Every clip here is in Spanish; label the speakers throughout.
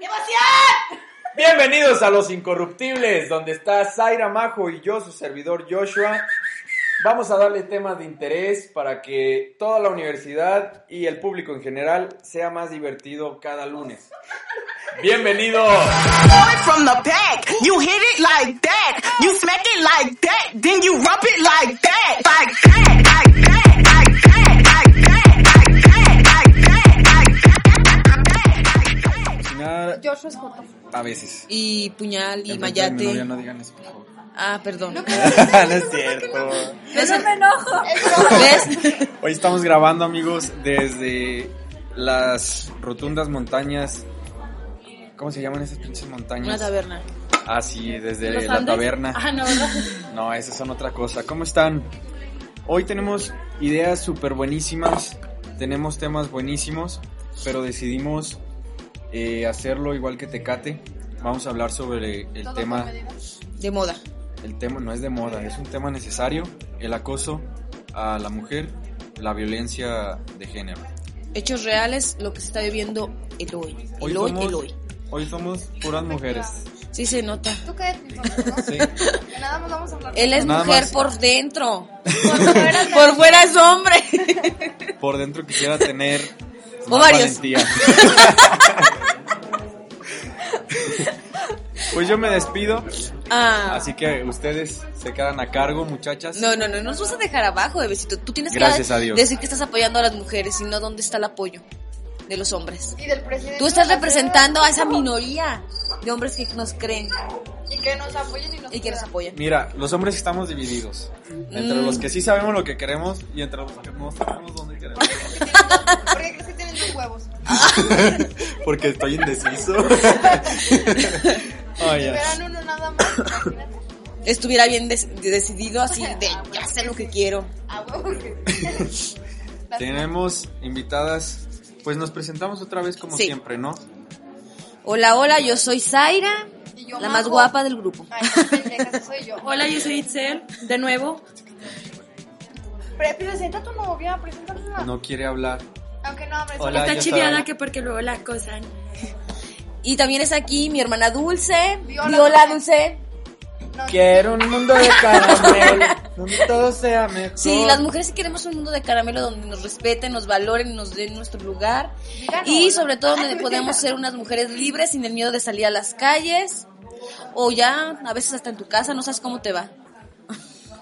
Speaker 1: ¡Emoción!
Speaker 2: Bienvenidos a Los Incorruptibles, donde está Zaira Majo y yo, su servidor Joshua. Vamos a darle temas de interés para que toda la universidad y el público en general sea más divertido cada lunes. Bienvenido.
Speaker 3: Throw it from the back. You hit it like that. You smack it like that. Then you rub it like that. Like that. Like that. Like that. Like that. Like that. Like that. Like that. Like that.
Speaker 2: Nada,
Speaker 1: Joshua es joto.
Speaker 2: A veces.
Speaker 4: y puñal y
Speaker 2: Enfrente de mi novia,
Speaker 4: mayate.
Speaker 2: no digan eso, por favor.
Speaker 4: Ah, perdón.
Speaker 1: No,
Speaker 2: no es cierto.
Speaker 1: Yo no me enojo.
Speaker 4: ¿Ves?
Speaker 2: Hoy estamos grabando, amigos, desde las rotundas montañas. ¿Cómo se llaman esas pinches
Speaker 4: Una
Speaker 2: montañas?
Speaker 4: taberna.
Speaker 2: Ah, sí, desde
Speaker 1: ¿Los
Speaker 2: la
Speaker 1: Andes?
Speaker 2: taberna.
Speaker 1: Ah, no.
Speaker 2: No, esas son otra cosa. ¿Cómo están? Hoy tenemos ideas súper buenísimas, tenemos temas buenísimos, pero decidimos eh, hacerlo igual que Tecate. Vamos a hablar sobre el tema,
Speaker 4: De moda.
Speaker 2: el tema no es de moda, es un tema necesario, el acoso a la mujer, la violencia de género.
Speaker 4: Hechos reales, lo que se está viviendo el hoy.
Speaker 2: Hoy
Speaker 4: El hoy,
Speaker 2: somos-
Speaker 4: el hoy.
Speaker 2: Hoy somos puras mujeres.
Speaker 4: Sí se nota.
Speaker 1: Tú cállate, mi favor, ¿no?
Speaker 2: Sí.
Speaker 1: De Nada más vamos a hablar.
Speaker 4: Él es
Speaker 2: Nada
Speaker 4: mujer
Speaker 2: más.
Speaker 4: por dentro.
Speaker 1: Por fuera,
Speaker 4: Por fuera es hombre.
Speaker 2: Por dentro quisiera tener más
Speaker 4: Ovarios.
Speaker 2: valentía. Pues yo me despido.
Speaker 4: Ah.
Speaker 2: Así que ustedes se quedan a cargo, muchachas.
Speaker 4: No, no, no, no nos vas a dejar abajo, bebecito. Tú tienes
Speaker 2: Gracias
Speaker 4: que
Speaker 2: a Dios.
Speaker 4: decir que estás apoyando a las mujeres y no dónde está el apoyo de los hombres.
Speaker 1: Y del presidente.
Speaker 4: Tú estás
Speaker 1: de la
Speaker 4: representando a esa minoría de hombres que nos creen
Speaker 1: Federación, Y que nos apoyen y nos
Speaker 4: y que nos
Speaker 1: cuidan.
Speaker 4: apoyan.
Speaker 2: Mira, los hombres estamos divididos. Entre
Speaker 4: Mm.
Speaker 2: los que sí sabemos lo que queremos y entre los que no sabemos dónde queremos.
Speaker 1: Porque crees que tienen dos huevos.
Speaker 2: Porque estoy indeciso.
Speaker 1: Si
Speaker 2: Ay, ya.
Speaker 1: verán uno nada más, imagínate.
Speaker 4: Estuviera bien des- decidido así de ya sé lo que quiero.
Speaker 1: A Ah, huevo que.
Speaker 2: Tenemos invitadas. Pues nos presentamos otra vez como
Speaker 4: Sí.
Speaker 2: siempre, ¿no?
Speaker 4: Hola, hola, yo soy Zaira,
Speaker 1: Y yo
Speaker 4: la
Speaker 1: Majo.
Speaker 4: más guapa del grupo.
Speaker 1: Ay, qué pendeja, esa soy yo.
Speaker 5: Hola, yo soy Itzel, de nuevo.
Speaker 1: Pre- Presenta a tu novia, presenta a tu
Speaker 4: Ah.
Speaker 1: novia.
Speaker 2: No quiere hablar.
Speaker 1: Aunque no hables.
Speaker 2: Hola,
Speaker 5: Está
Speaker 2: yo
Speaker 5: chiviada
Speaker 2: soy-
Speaker 5: que porque luego la acosan.
Speaker 4: Y también es aquí mi hermana Dulce,
Speaker 1: Viola.
Speaker 4: Viola, Dulce.
Speaker 1: No,
Speaker 2: Quiero un mundo de caramelo donde todo sea mejor.
Speaker 4: Sí, las mujeres sí queremos un mundo de caramelo donde nos respeten, nos valoren, nos den nuestro lugar.
Speaker 1: Digan
Speaker 4: Y
Speaker 1: hola.
Speaker 4: sobre todo
Speaker 1: Ay,
Speaker 4: donde
Speaker 1: me
Speaker 4: podemos
Speaker 1: pega.
Speaker 4: ser unas mujeres libres sin el miedo de salir a las calles. O ya, a veces hasta en tu casa, no sabes cómo te va.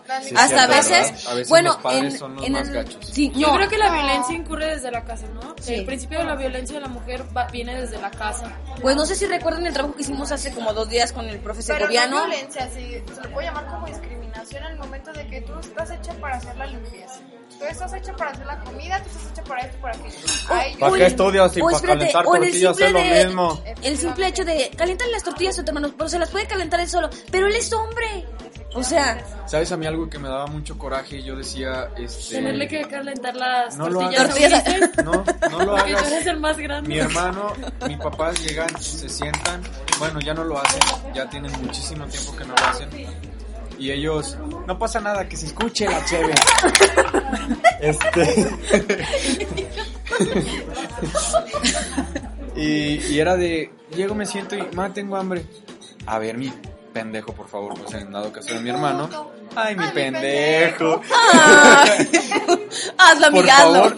Speaker 1: la
Speaker 2: Sí,
Speaker 1: neta.
Speaker 4: hasta
Speaker 2: cierto,
Speaker 4: a veces,
Speaker 2: ¿verdad? A veces
Speaker 4: bueno,
Speaker 2: los padres
Speaker 4: en,
Speaker 2: son los
Speaker 4: en
Speaker 2: más
Speaker 4: el-
Speaker 2: gachos.
Speaker 4: sí,
Speaker 5: Yo
Speaker 4: no,
Speaker 5: creo que la violencia incurre desde la casa, ¿no?
Speaker 4: Sí.
Speaker 5: El principio de la violencia de la mujer va- viene desde la casa.
Speaker 4: pues no sé si recuerdan el trabajo que hicimos hace como dos días con el
Speaker 1: Pero no
Speaker 4: profe
Speaker 1: es
Speaker 4: Segoviano.
Speaker 1: violencia, sí, se lo puede llamar como discriminación al momento de que tú estás hecha para hacer la limpieza. Tú estás hecha para hacer la comida, tú estás hecha para esto, para aquello. Ay,
Speaker 2: ¿Para
Speaker 1: uy,
Speaker 2: Oh, qué estudias y
Speaker 4: o
Speaker 2: para
Speaker 4: espérate,
Speaker 2: calentar
Speaker 4: o en el
Speaker 2: tortillas es lo
Speaker 4: simple de-
Speaker 2: mismo?
Speaker 4: El simple hecho de calentar las tortillas a tu hermano, pero se las puede calentar él solo, pero él es hombre. O sea,
Speaker 2: ¿Sabes a mí algo que me daba mucho coraje? Yo decía, este...
Speaker 5: Tenerle que calentar las
Speaker 2: No lo
Speaker 5: tortillas.
Speaker 4: hagas.
Speaker 5: ¿no viste?
Speaker 2: No, no lo
Speaker 5: Porque tú
Speaker 2: hagas.
Speaker 5: eres el más grande.
Speaker 2: Mi hermano, mi papá llegan, se sientan. Bueno, ya no lo hacen. Ya tienen muchísimo tiempo que no lo hacen. Y ellos, no pasa nada, que se escuche la chévere. Este. y, y era de, llego, me siento y, ma, tengo hambre. A ver, mi pendejo, por favor, pues en dado caso de mi hermano. Ay, mi
Speaker 1: Ay, mi
Speaker 2: pendejo.
Speaker 4: ay, hazlo
Speaker 2: Por
Speaker 4: amigado.
Speaker 2: favor,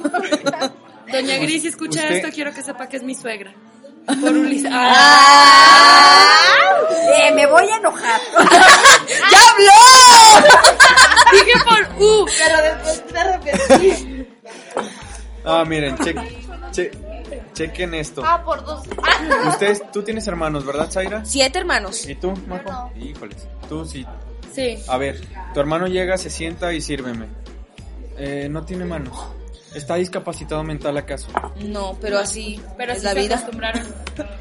Speaker 5: Doña Gris, si escucha
Speaker 2: Pues Usted-
Speaker 5: esto, quiero que sepa que es mi suegra. Por Ulises. Ah.
Speaker 4: Ah,
Speaker 6: Eh, me voy a enojar.
Speaker 4: ¡Ya habló!
Speaker 5: Dije por U.
Speaker 1: Pero después te arrepentí.
Speaker 2: Ah, miren, che- che- chequen esto.
Speaker 1: Ah, por dos.
Speaker 2: Ustedes, tú tienes hermanos, ¿verdad, Zaira?
Speaker 4: Siete hermanos.
Speaker 2: ¿Y tú, Majo?
Speaker 1: no.
Speaker 2: Híjoles. Tú sí.
Speaker 5: Sí.
Speaker 2: A ver, tu hermano llega, se sienta y sírveme. Eh, no tiene manos. ¿Está discapacitado mental acaso?
Speaker 4: No, pero así
Speaker 5: Pero
Speaker 4: es
Speaker 5: sí
Speaker 4: la
Speaker 5: se
Speaker 4: vida.
Speaker 5: acostumbraron.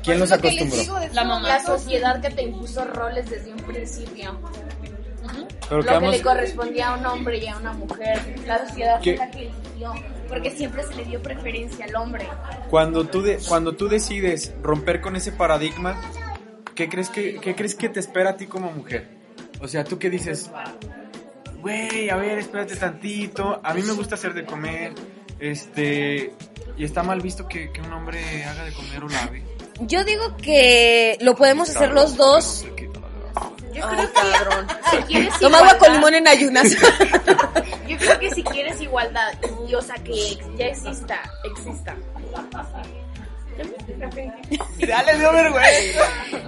Speaker 2: ¿Quién los
Speaker 1: Pues Es lo que les
Speaker 2: acostumbró?
Speaker 1: digo, es
Speaker 5: La
Speaker 1: como
Speaker 5: mamá.
Speaker 7: La sociedad que te impuso roles desde un principio.
Speaker 2: Pero
Speaker 7: lo que
Speaker 2: quedamos,
Speaker 7: le correspondía a un hombre y a una mujer. La sociedad
Speaker 2: ¿Qué?
Speaker 7: fue la que eligió. Porque siempre se le dio preferencia al hombre.
Speaker 2: cuando tú, de- cuando tú decides romper con ese paradigma, ¿qué crees, que, qué crees que te espera a ti como mujer? O sea, tú que dices, güey, a ver, espérate tantito, a mí me gusta hacer de comer, este, y está mal visto que, que un hombre haga de comer o lave.
Speaker 4: Yo digo que lo podemos hacer los dos.
Speaker 7: Yo
Speaker 4: Ay,
Speaker 7: creo que
Speaker 4: cabrón.
Speaker 7: si quieres
Speaker 4: Toma
Speaker 7: igualdad-
Speaker 4: agua con limón en ayunas.
Speaker 7: Yo creo que si quieres igualdad, y, o sea, que ex- ya exista, exista.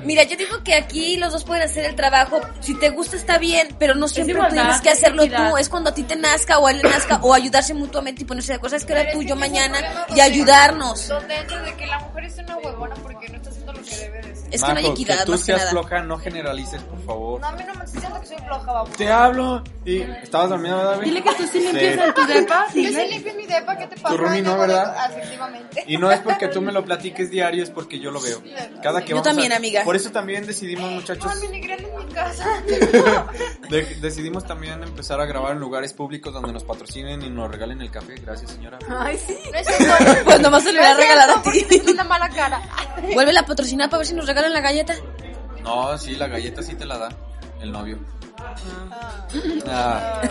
Speaker 4: Mira, yo digo que aquí los dos pueden hacer el trabajo. Si te gusta está bien, pero no siempre
Speaker 5: igualdad,
Speaker 4: tienes que
Speaker 5: es
Speaker 4: hacerlo
Speaker 5: equidad.
Speaker 4: tú. Es cuando a ti te nazca o a él le nazca o ayudarse mutuamente y ponerse de acuerdo. Es que ahora
Speaker 1: Pero
Speaker 4: tú,
Speaker 1: es que
Speaker 4: yo
Speaker 1: ese es el
Speaker 4: mañana
Speaker 1: problema
Speaker 4: y
Speaker 1: donde-
Speaker 4: ayudarnos.
Speaker 1: Donde entra de que la mujer es una huevona porque no está haciendo lo que debe de ser.
Speaker 4: Es que no hay
Speaker 2: Majo,
Speaker 4: equidad,
Speaker 2: tú
Speaker 4: más que
Speaker 2: seas
Speaker 4: nada.
Speaker 2: floja, no generalices, por favor.
Speaker 1: No, a mí no me estoy diciendo que soy floja, babosa.
Speaker 2: Te hablo y estabas dormida, ¿verdad? güey?
Speaker 5: Dile que tú sí limpias en tu depa,
Speaker 1: Yo sí
Speaker 5: dile.
Speaker 1: limpio mi depa, ¿qué te pasa?
Speaker 2: roomie no,
Speaker 1: Yo
Speaker 2: ¿verdad?
Speaker 1: digo- Afectivamente.
Speaker 2: Y no es porque tú me lo platiques diario, es porque yo lo veo. Cada que
Speaker 4: Yo
Speaker 2: vamos
Speaker 4: también,
Speaker 2: a-
Speaker 4: amiga.
Speaker 2: Por eso también decidimos, muchachos,
Speaker 1: No, mi negrel en mi casa.
Speaker 2: de- decidimos también empezar a grabar en lugares públicos donde nos patrocinen y nos regalen el café. Gracias, señora.
Speaker 7: Ay, sí.
Speaker 1: No es cierto.
Speaker 4: Pues nomás se lo voy
Speaker 1: No
Speaker 4: a
Speaker 1: es
Speaker 4: regalar
Speaker 1: cierto,
Speaker 4: a
Speaker 1: porque
Speaker 4: ti.
Speaker 1: tienes una mala cara.
Speaker 4: Vuelve la patrocinar para ver si nos regalan la galleta.
Speaker 2: No, sí, la galleta sí te la da el novio.
Speaker 1: Ah.
Speaker 2: Ah,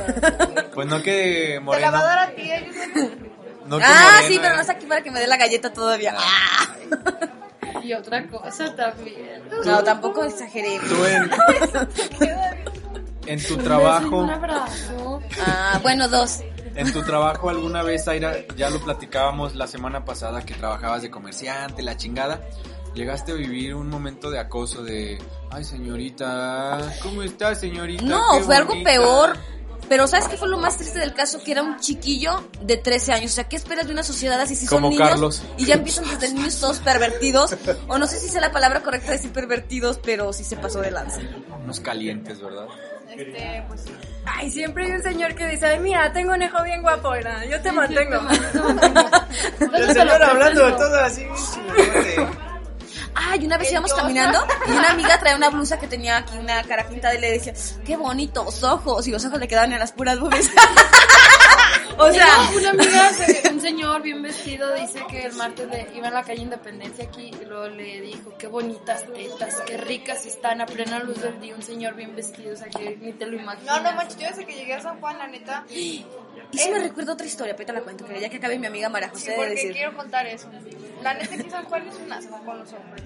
Speaker 2: pues no que
Speaker 1: Te la va a
Speaker 2: Moreno.
Speaker 1: dar a ti, ellos no.
Speaker 2: No que
Speaker 4: Ah,
Speaker 2: Moreno,
Speaker 4: sí, pero no
Speaker 2: eh.
Speaker 4: está aquí para que me dé la galleta todavía. Ah.
Speaker 5: Y otra cosa también.
Speaker 4: No, tampoco exageremos.
Speaker 2: Tú en, en tu trabajo,
Speaker 5: Un abrazo.
Speaker 4: Ah, bueno, dos.
Speaker 2: en tu trabajo alguna vez, Aira, ya lo platicábamos la semana pasada que trabajabas de comerciante, la chingada. Llegaste a vivir un momento de acoso de, ay señorita, ¿cómo estás señorita?
Speaker 4: No,
Speaker 2: Qué
Speaker 4: fue algo
Speaker 2: bonita".
Speaker 4: peor. Pero ¿sabes qué fue lo más triste del caso? Que era un chiquillo de 13 años. O sea, ¿qué esperas de una sociedad así si son
Speaker 2: Como
Speaker 4: niños
Speaker 2: Carlos.
Speaker 4: y ya empiezan desde niños todos pervertidos? O no sé si sea la palabra correcta decir pervertidos, pero sí se pasó de lanza.
Speaker 2: Unos calientes, ¿verdad?
Speaker 1: Este, pues sí.
Speaker 7: Ay, siempre hay un señor que dice, ay, mira, tengo un hijo bien guapo, ¿verdad? yo te mantengo.
Speaker 5: El señor hablando de todo.
Speaker 2: ¿eh?
Speaker 4: Ah, y una vez íbamos caminando y una amiga traía una blusa que tenía aquí una cara pintada y le decía, qué bonitos ojos. Y los ojos le quedaban en las puras bubes. o sea,
Speaker 5: Una amiga, se- un señor bien vestido, dice que el martes le iba a la calle Independencia aquí y luego le dijo, qué bonitas tetas, qué ricas están a plena luz del día, un señor bien vestido, o sea que ni te lo imaginas.
Speaker 1: No, no manches, yo desde que llegué a San Juan, la neta.
Speaker 4: y sí me recuerdo otra historia, pero te la cuento, pero ya que acabe mi amiga Mara José
Speaker 1: Sí,
Speaker 4: de
Speaker 1: porque
Speaker 4: decir.
Speaker 1: quiero contar eso. La neta que San Juan es un asco con los hombres.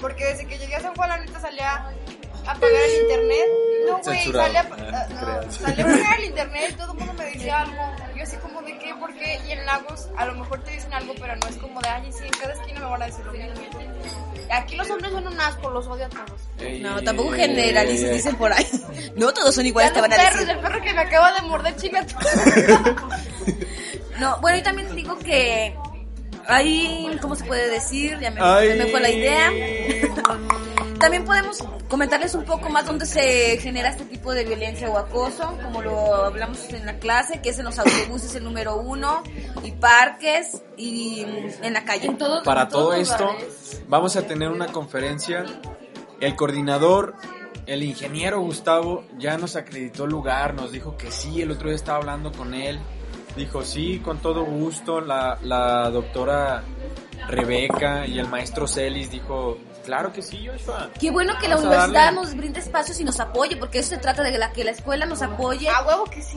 Speaker 1: Porque desde que llegué a San Juan, la neta salía a pagar el internet. No, güey,
Speaker 2: Censurado.
Speaker 1: salía, a
Speaker 2: Ah,
Speaker 1: pa-
Speaker 2: no
Speaker 1: ah, no,
Speaker 2: creas.
Speaker 1: salía a pagar el internet y todo el mundo me decía algo. Yo así como de qué, por qué. Y en Lagos a lo mejor te dicen algo, pero no es como de, ay, sí, en cada esquina me van a decir lo mismo. Aquí los hombres son un asco, los odio a todos.
Speaker 4: No, tampoco
Speaker 2: Ey,
Speaker 4: generalices,
Speaker 2: ey, ey.
Speaker 4: dicen por ahí. No todos son iguales, te
Speaker 1: Ya
Speaker 4: van
Speaker 1: los
Speaker 4: a
Speaker 1: perros,
Speaker 4: decir.
Speaker 1: el perro que me acaba de morder, chinga tú.
Speaker 4: No, bueno, y también digo que ahí, ¿cómo se puede decir? Ya me, ya
Speaker 2: Ay.
Speaker 4: me fue la idea. También podemos comentarles un poco más dónde se genera este tipo de violencia o acoso, como lo hablamos en la clase, que es en los autobuses el número uno, y parques, y mm, en la calle.
Speaker 5: En todo-
Speaker 2: Para
Speaker 5: en todos
Speaker 2: todo esto,
Speaker 5: lugares.
Speaker 2: vamos a tener una conferencia. El coordinador, el ingeniero Gustavo, ya nos acreditó el lugar, nos dijo que sí, el otro día estaba hablando con él. Dijo, sí, con todo gusto. La, la doctora Rebeca y el maestro Celis dijo, claro que sí, Joshua.
Speaker 4: Qué bueno que la
Speaker 2: Vamos a
Speaker 4: universidad
Speaker 2: darle.
Speaker 4: nos brinde espacios y nos apoye, porque eso se trata de la, que la escuela nos apoye.
Speaker 1: A huevo que sí.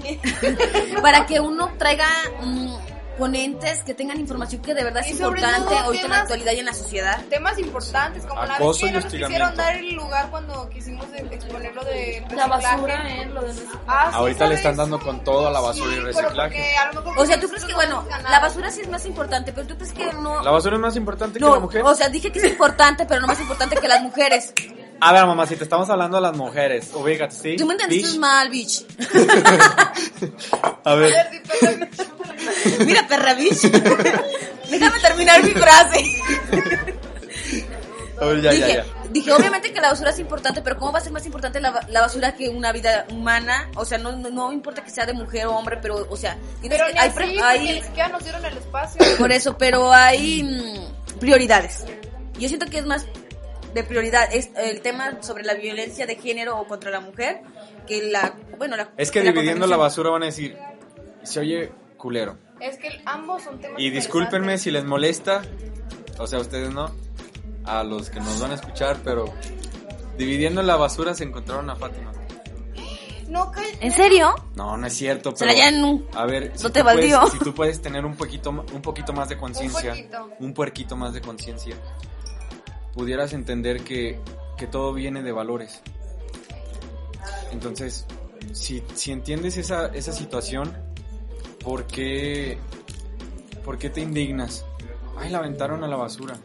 Speaker 4: para que uno traiga mm, ponentes que tengan información que de verdad es
Speaker 1: Y sobre
Speaker 4: importante
Speaker 1: todo
Speaker 4: ahorita en la
Speaker 1: temas-
Speaker 4: actualidad y en la sociedad.
Speaker 1: temas importantes como la vez
Speaker 2: Acoso
Speaker 1: que
Speaker 2: y
Speaker 1: no nos
Speaker 2: hostigamiento.
Speaker 1: quisieron dar el lugar cuando quisimos de- exponerlo de
Speaker 5: La
Speaker 1: reciclaje.
Speaker 5: basura, eh, lo de los-
Speaker 1: Ah, sí,
Speaker 2: Ahorita le
Speaker 1: ¿sabes?
Speaker 2: están dando con todo a la basura y
Speaker 1: Sí, pero
Speaker 2: reciclaje.
Speaker 1: porque a lo mejor
Speaker 4: O sea, ¿tú
Speaker 1: nosotros
Speaker 4: crees que,
Speaker 1: no
Speaker 4: bueno,
Speaker 1: hemos ganado.
Speaker 4: la basura sí es más importante, pero tú crees que no...
Speaker 2: ¿La basura es más importante que la
Speaker 4: No,
Speaker 2: mujer?
Speaker 4: o sea, dije que es importante, pero no más importante que las mujeres.
Speaker 2: A ver, mamá, si te estamos hablando a las mujeres, ubícate, ¿sí?
Speaker 4: Tú me entendiste
Speaker 2: Bitch.
Speaker 4: mal, bitch.
Speaker 2: A
Speaker 1: A
Speaker 2: ver,
Speaker 1: ver, sí, pero-
Speaker 4: Mira, perra bitch. Déjame terminar mi frase.
Speaker 2: A ver, ya,
Speaker 4: dije,
Speaker 2: ya, ya.
Speaker 4: dije, obviamente que la basura es importante, pero ¿cómo va a ser más importante la, la basura que una vida humana? O sea, no, no, no importa que sea de mujer o hombre, pero, o sea, tienes
Speaker 1: Pero
Speaker 4: que-
Speaker 1: ni
Speaker 4: hay
Speaker 1: así,
Speaker 4: pre-
Speaker 1: porque
Speaker 4: hay-
Speaker 1: ni siquiera nos dieron el espacio.
Speaker 4: por eso, pero hay mm, prioridades. Yo siento que es más de prioridad es el tema sobre la violencia de género o contra la mujer que la, bueno, la-
Speaker 2: Es que
Speaker 4: la
Speaker 2: dividiendo la
Speaker 4: contaminación.
Speaker 2: basura van a decir, se oye culero.
Speaker 1: Es que ambos son temas
Speaker 2: Y discúlpenme si les molesta, o sea, ustedes no, a los que nos van a escuchar, pero dividiendo la basura se encontraron a Fátima.
Speaker 1: interesantes. No, cállate.
Speaker 4: ¿En serio?
Speaker 2: No, no es cierto,
Speaker 4: Se
Speaker 2: pero...
Speaker 4: la llevan un-
Speaker 2: A ver, si,
Speaker 4: No
Speaker 2: tú
Speaker 4: te
Speaker 2: puedes,
Speaker 4: valió.
Speaker 2: si tú puedes tener un poquito, ma- un poquito más de conciencia,
Speaker 1: poquito.
Speaker 2: un puerquito más de conciencia, pudieras entender que, que todo viene de valores. Entonces, si, si entiendes esa, esa situación, ¿por qué, ¿por qué te indignas? Ay, la aventaron a la basura.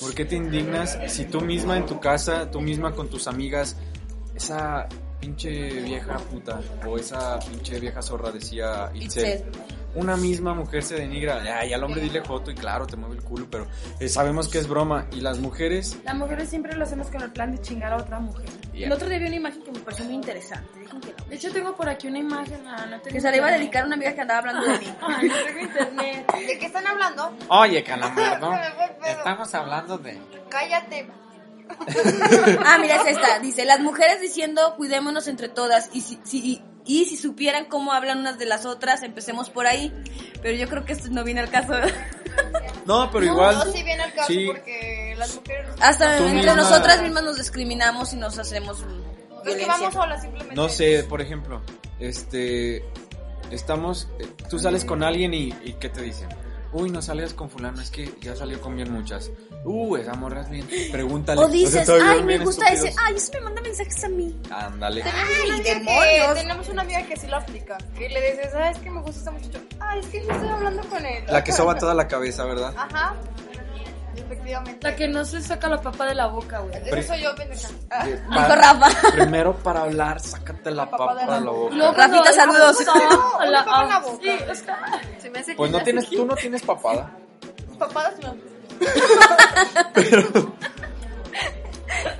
Speaker 2: ¿Por qué te indignas si tú misma en tu casa, tú misma con tus amigas, esa pinche vieja puta o esa pinche vieja zorra decía Itzel?
Speaker 4: Itzel.
Speaker 2: Una misma mujer se denigra. Ay, al hombre dile joto y claro, te mueve el culo, pero eh, sabemos que es broma. Y las mujeres,
Speaker 5: Las mujeres siempre lo hacemos con el plan de chingar a otra mujer.
Speaker 2: Ya.
Speaker 4: El otro día vi una imagen que me pareció muy interesante. Dijo que,
Speaker 5: De hecho, tengo por aquí una imagen. Ah, no tengo
Speaker 4: que se la iba a
Speaker 5: internet.
Speaker 4: dedicar a una amiga que andaba hablando de mí.
Speaker 5: Ah, no tengo internet.
Speaker 1: ¿De qué están hablando?
Speaker 2: oye, calamardo,
Speaker 1: Se me fue el pedo.
Speaker 2: estamos hablando de...
Speaker 1: Cállate.
Speaker 4: Ah, mira, es esta. Dice, las mujeres diciendo, cuidémonos entre todas. Y si, si- y si supieran cómo hablan unas de las otras, empecemos por ahí. Pero yo creo que esto no viene al caso.
Speaker 2: No, pero
Speaker 1: No,
Speaker 2: igual...
Speaker 1: No, sí viene al caso
Speaker 2: sí.
Speaker 1: porque las mujeres...
Speaker 4: Hasta
Speaker 2: Tú
Speaker 4: entre
Speaker 2: misma.
Speaker 4: nosotras mismas nos discriminamos y nos hacemos mm,
Speaker 1: Los que
Speaker 4: violencia.
Speaker 1: vamos solas simplemente.
Speaker 2: No sé, por ejemplo, este, estamos, eh, tú sales con alguien y, y ¿qué te dicen? Uy, no salgas con fulano, es que ya salió con bien muchas. Uh, esa morra es bien. Pregúntale.
Speaker 4: O
Speaker 2: O sea,
Speaker 4: dices,
Speaker 2: todavía
Speaker 4: ay,
Speaker 2: son
Speaker 4: me
Speaker 2: bien
Speaker 4: gusta ese,
Speaker 2: estúpidos.
Speaker 4: ay, eso me manda mensajes a mí.
Speaker 2: Ándale.
Speaker 1: Tenemos una amiga
Speaker 4: demonios!
Speaker 1: Que, tenemos una amiga que sí lo aplica. Que le dices, ah, es que me gusta este muchacho. Ah, es que yo estoy hablando con él.
Speaker 2: La que soba toda la cabeza, ¿verdad?
Speaker 1: Ajá. Efectivamente.
Speaker 5: La que no se saca la papa de la boca, güey.
Speaker 1: Eso soy yo, pendeja. Ah,
Speaker 2: Eh,
Speaker 4: Dijo
Speaker 2: para-
Speaker 4: Rafa.
Speaker 2: Primero para hablar, sácate la papa de la
Speaker 5: Y luego
Speaker 2: boca.
Speaker 4: Rafita,
Speaker 5: cuando-
Speaker 4: saludos.
Speaker 5: No,
Speaker 1: Una
Speaker 5: la-
Speaker 1: papa en la
Speaker 5: ah,
Speaker 1: boca.
Speaker 5: sí, o sea,
Speaker 1: Se me hace que
Speaker 2: Pues no
Speaker 1: ya-
Speaker 2: tienes, tú no tienes papada.
Speaker 1: Papadas no.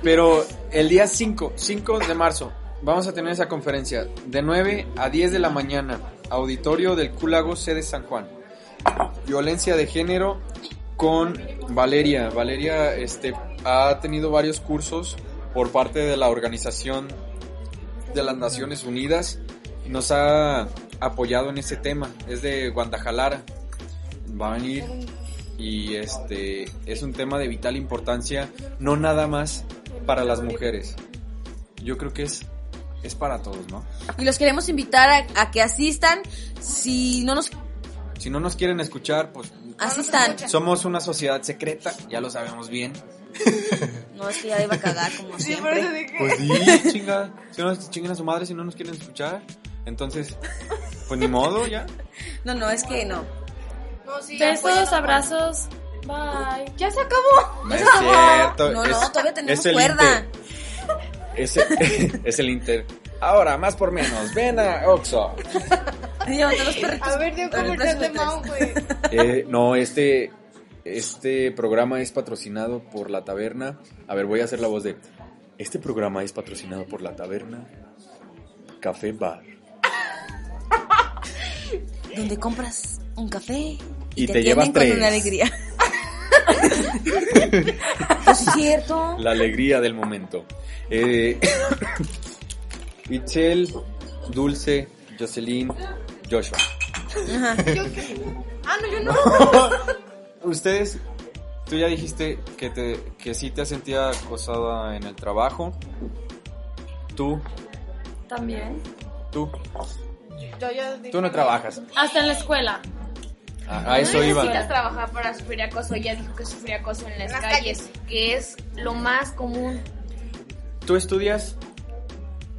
Speaker 2: Pero el día 5, 5 de marzo, vamos a tener esa conferencia de 9 a 10 de la mañana, auditorio del Cúlago, sede San Juan. Violencia de género con Valeria. Valeria este, ha tenido varios cursos por parte de la organización de las Naciones Unidas. Nos ha apoyado en este tema. Es de Guadalajara. Va a venir y este es un tema de vital importancia, no nada más para las mujeres. Yo creo que es es para todos, ¿no?
Speaker 4: Y los queremos invitar a, a que asistan. Si no nos
Speaker 2: Si no nos quieren escuchar, pues
Speaker 4: asistan,
Speaker 2: somos una sociedad secreta, ya lo sabemos bien.
Speaker 4: no es que ya deba cagar como
Speaker 1: Sí, por eso
Speaker 4: siempre.
Speaker 1: dije.
Speaker 2: Pues sí, chinga, si no nos chinguen a su madre si no nos quieren escuchar. Entonces, pues ni modo ya.
Speaker 4: No, no, es que no.
Speaker 1: No, sí,
Speaker 5: besos,
Speaker 1: apóyanos.
Speaker 5: abrazos. Bye.
Speaker 1: Ya se acabó.
Speaker 2: No es cierto.
Speaker 4: No, no,
Speaker 2: es-
Speaker 4: todavía tenemos
Speaker 2: es el
Speaker 4: cuerda.
Speaker 2: Inter. Es, el- es el Inter. Ahora, más por menos, ven a Oxxo.
Speaker 4: Llévate los perritos.
Speaker 1: A ver, dio
Speaker 4: Ahorita
Speaker 1: como el chat de
Speaker 4: son tres.
Speaker 1: Mau, güey.
Speaker 2: Eh, no, este, este programa es patrocinado por La Taberna. A ver, voy a hacer la voz de... Este programa es patrocinado por La Taberna Café Bar.
Speaker 4: donde compras un café y,
Speaker 2: Y
Speaker 4: te,
Speaker 2: te llevas
Speaker 4: llevan
Speaker 2: tres.
Speaker 4: con una alegría. Pues es cierto.
Speaker 2: La alegría del momento. Eh, Itzel, Dulce, Jocelyn, Joshua.
Speaker 1: Ah, no, yo no.
Speaker 2: Ustedes, tú ya dijiste que, te, que sí te has sentido acosada en el trabajo. Tú,
Speaker 5: También.
Speaker 2: tú,
Speaker 1: Yo ya dije.
Speaker 2: tú no trabajas.
Speaker 5: Hasta en la escuela.
Speaker 2: A, a eso iba.
Speaker 7: necesitas trabajar para sufrir acoso. Ella dijo que sufría acoso en las,
Speaker 1: las
Speaker 7: calles, que es lo más común.
Speaker 2: ¿Tú estudias?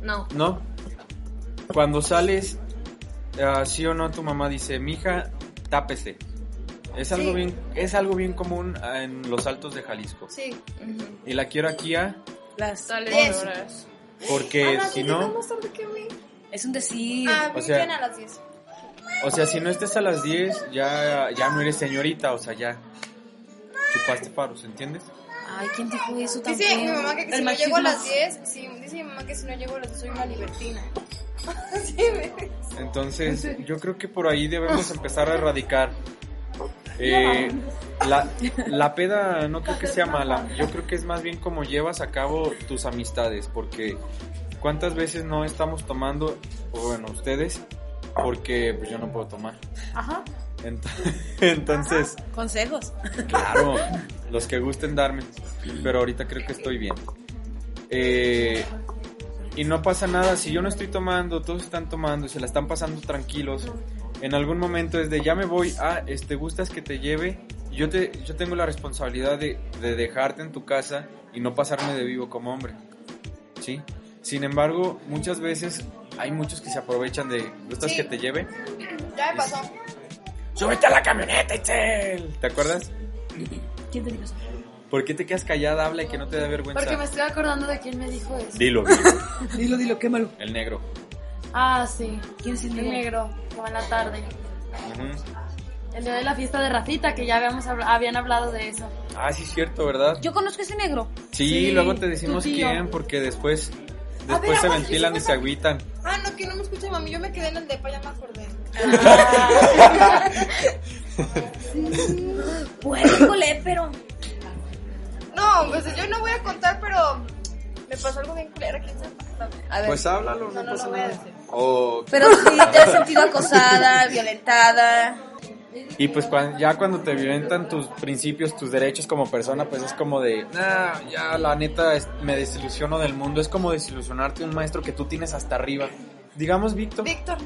Speaker 7: No.
Speaker 2: ¿No? Cuando sales, ah, sí o no, tu mamá dice, mija, tápese. Es algo,
Speaker 1: Sí.
Speaker 2: bien, es algo bien común ah, en los altos de Jalisco.
Speaker 1: Sí.
Speaker 2: Y la quiero aquí a,
Speaker 4: Las-
Speaker 1: Diez.
Speaker 2: porque
Speaker 1: Ah,
Speaker 2: Eh, si
Speaker 1: sí,
Speaker 2: no,
Speaker 1: llegó más tarde que a mí.
Speaker 4: es un decir.
Speaker 1: Ah,
Speaker 2: o
Speaker 1: me
Speaker 2: sea-
Speaker 1: llegan a las 10.
Speaker 2: o sea, si no estés a las 10, ya, ya no eres señorita, o sea, ya chupaste paros, ¿entiendes?
Speaker 4: Ay, ¿quién dijo eso también?
Speaker 1: Dice mi mamá que, si
Speaker 5: El
Speaker 1: no llego a
Speaker 5: machismo.
Speaker 1: las 10, sí, dice mi mamá que si no llego a las 10 soy una libertina. sí, me-
Speaker 2: Entonces, yo creo que por ahí debemos empezar a erradicar. Eh, la, la peda no creo que sea mala, yo creo que es más bien como llevas a cabo tus amistades, porque cuántas veces no estamos tomando, o bueno, ustedes, porque pues, yo no puedo tomar.
Speaker 5: Ajá.
Speaker 2: Ent- Entonces,
Speaker 4: Consejos.
Speaker 2: Claro, los que gusten darme. Pero ahorita creo que estoy bien. Eh, y no pasa nada, si yo no estoy tomando, todos están tomando y se la están pasando tranquilos. En algún momento es de ya me voy, ah, este, gustas que te lleve. Yo, te, yo tengo la responsabilidad de, de dejarte en tu casa y no pasarme de vivo como hombre. ¿Sí? Sin embargo, muchas veces hay muchos que se aprovechan de gustas
Speaker 1: Sí.
Speaker 2: que te lleve.
Speaker 1: Ya me pasó.
Speaker 2: ¡Súbete a la camioneta, Itzel! ¿Te acuerdas?
Speaker 4: ¿Quién te dijo eso?
Speaker 2: ¿Por qué te quedas callada? Habla y que no te dé vergüenza.
Speaker 5: Porque me estoy acordando de quién me dijo eso.
Speaker 2: Dilo, dilo.
Speaker 4: Dilo, dilo, quémalo.
Speaker 2: El negro.
Speaker 5: Ah, sí.
Speaker 4: ¿Quién es el
Speaker 5: El
Speaker 4: negro?
Speaker 5: negro, como en la tarde.
Speaker 2: Ujú.
Speaker 5: El día de la fiesta de Rafita, que ya habíamos habl- habían hablado de eso.
Speaker 2: Ah, sí, es cierto, ¿verdad?
Speaker 4: Yo conozco a ese negro.
Speaker 2: Sí,
Speaker 5: Sí,
Speaker 2: luego te
Speaker 5: tu
Speaker 2: decimos
Speaker 5: tío.
Speaker 2: quién, porque después,
Speaker 1: A
Speaker 2: después
Speaker 1: ver,
Speaker 2: se
Speaker 1: aguanta,
Speaker 2: ventilan y
Speaker 1: yo sí
Speaker 2: se agüitan.
Speaker 1: Ah, no, que no me escucha mami, yo me quedé en el depa, ya me acordé.
Speaker 4: Pues, híjole, pero.
Speaker 1: No, pues yo no voy a contar, pero me pasó algo bien culero, quién sabe.
Speaker 4: A ver.
Speaker 2: Pues háblalo,
Speaker 1: No,
Speaker 2: no
Speaker 1: no
Speaker 2: pasa
Speaker 1: lo voy a
Speaker 2: nada.
Speaker 1: decir.
Speaker 2: O-
Speaker 4: Pero sí, te has sentido acosada, violentada.
Speaker 2: y pues cuan- ya cuando te violentan tus principios, tus derechos como persona, pues es como de, nah, ya la neta es- me desilusiono del mundo. Es como desilusionarte de un maestro que tú tienes hasta arriba. Digamos, Víctor.
Speaker 1: Víctor.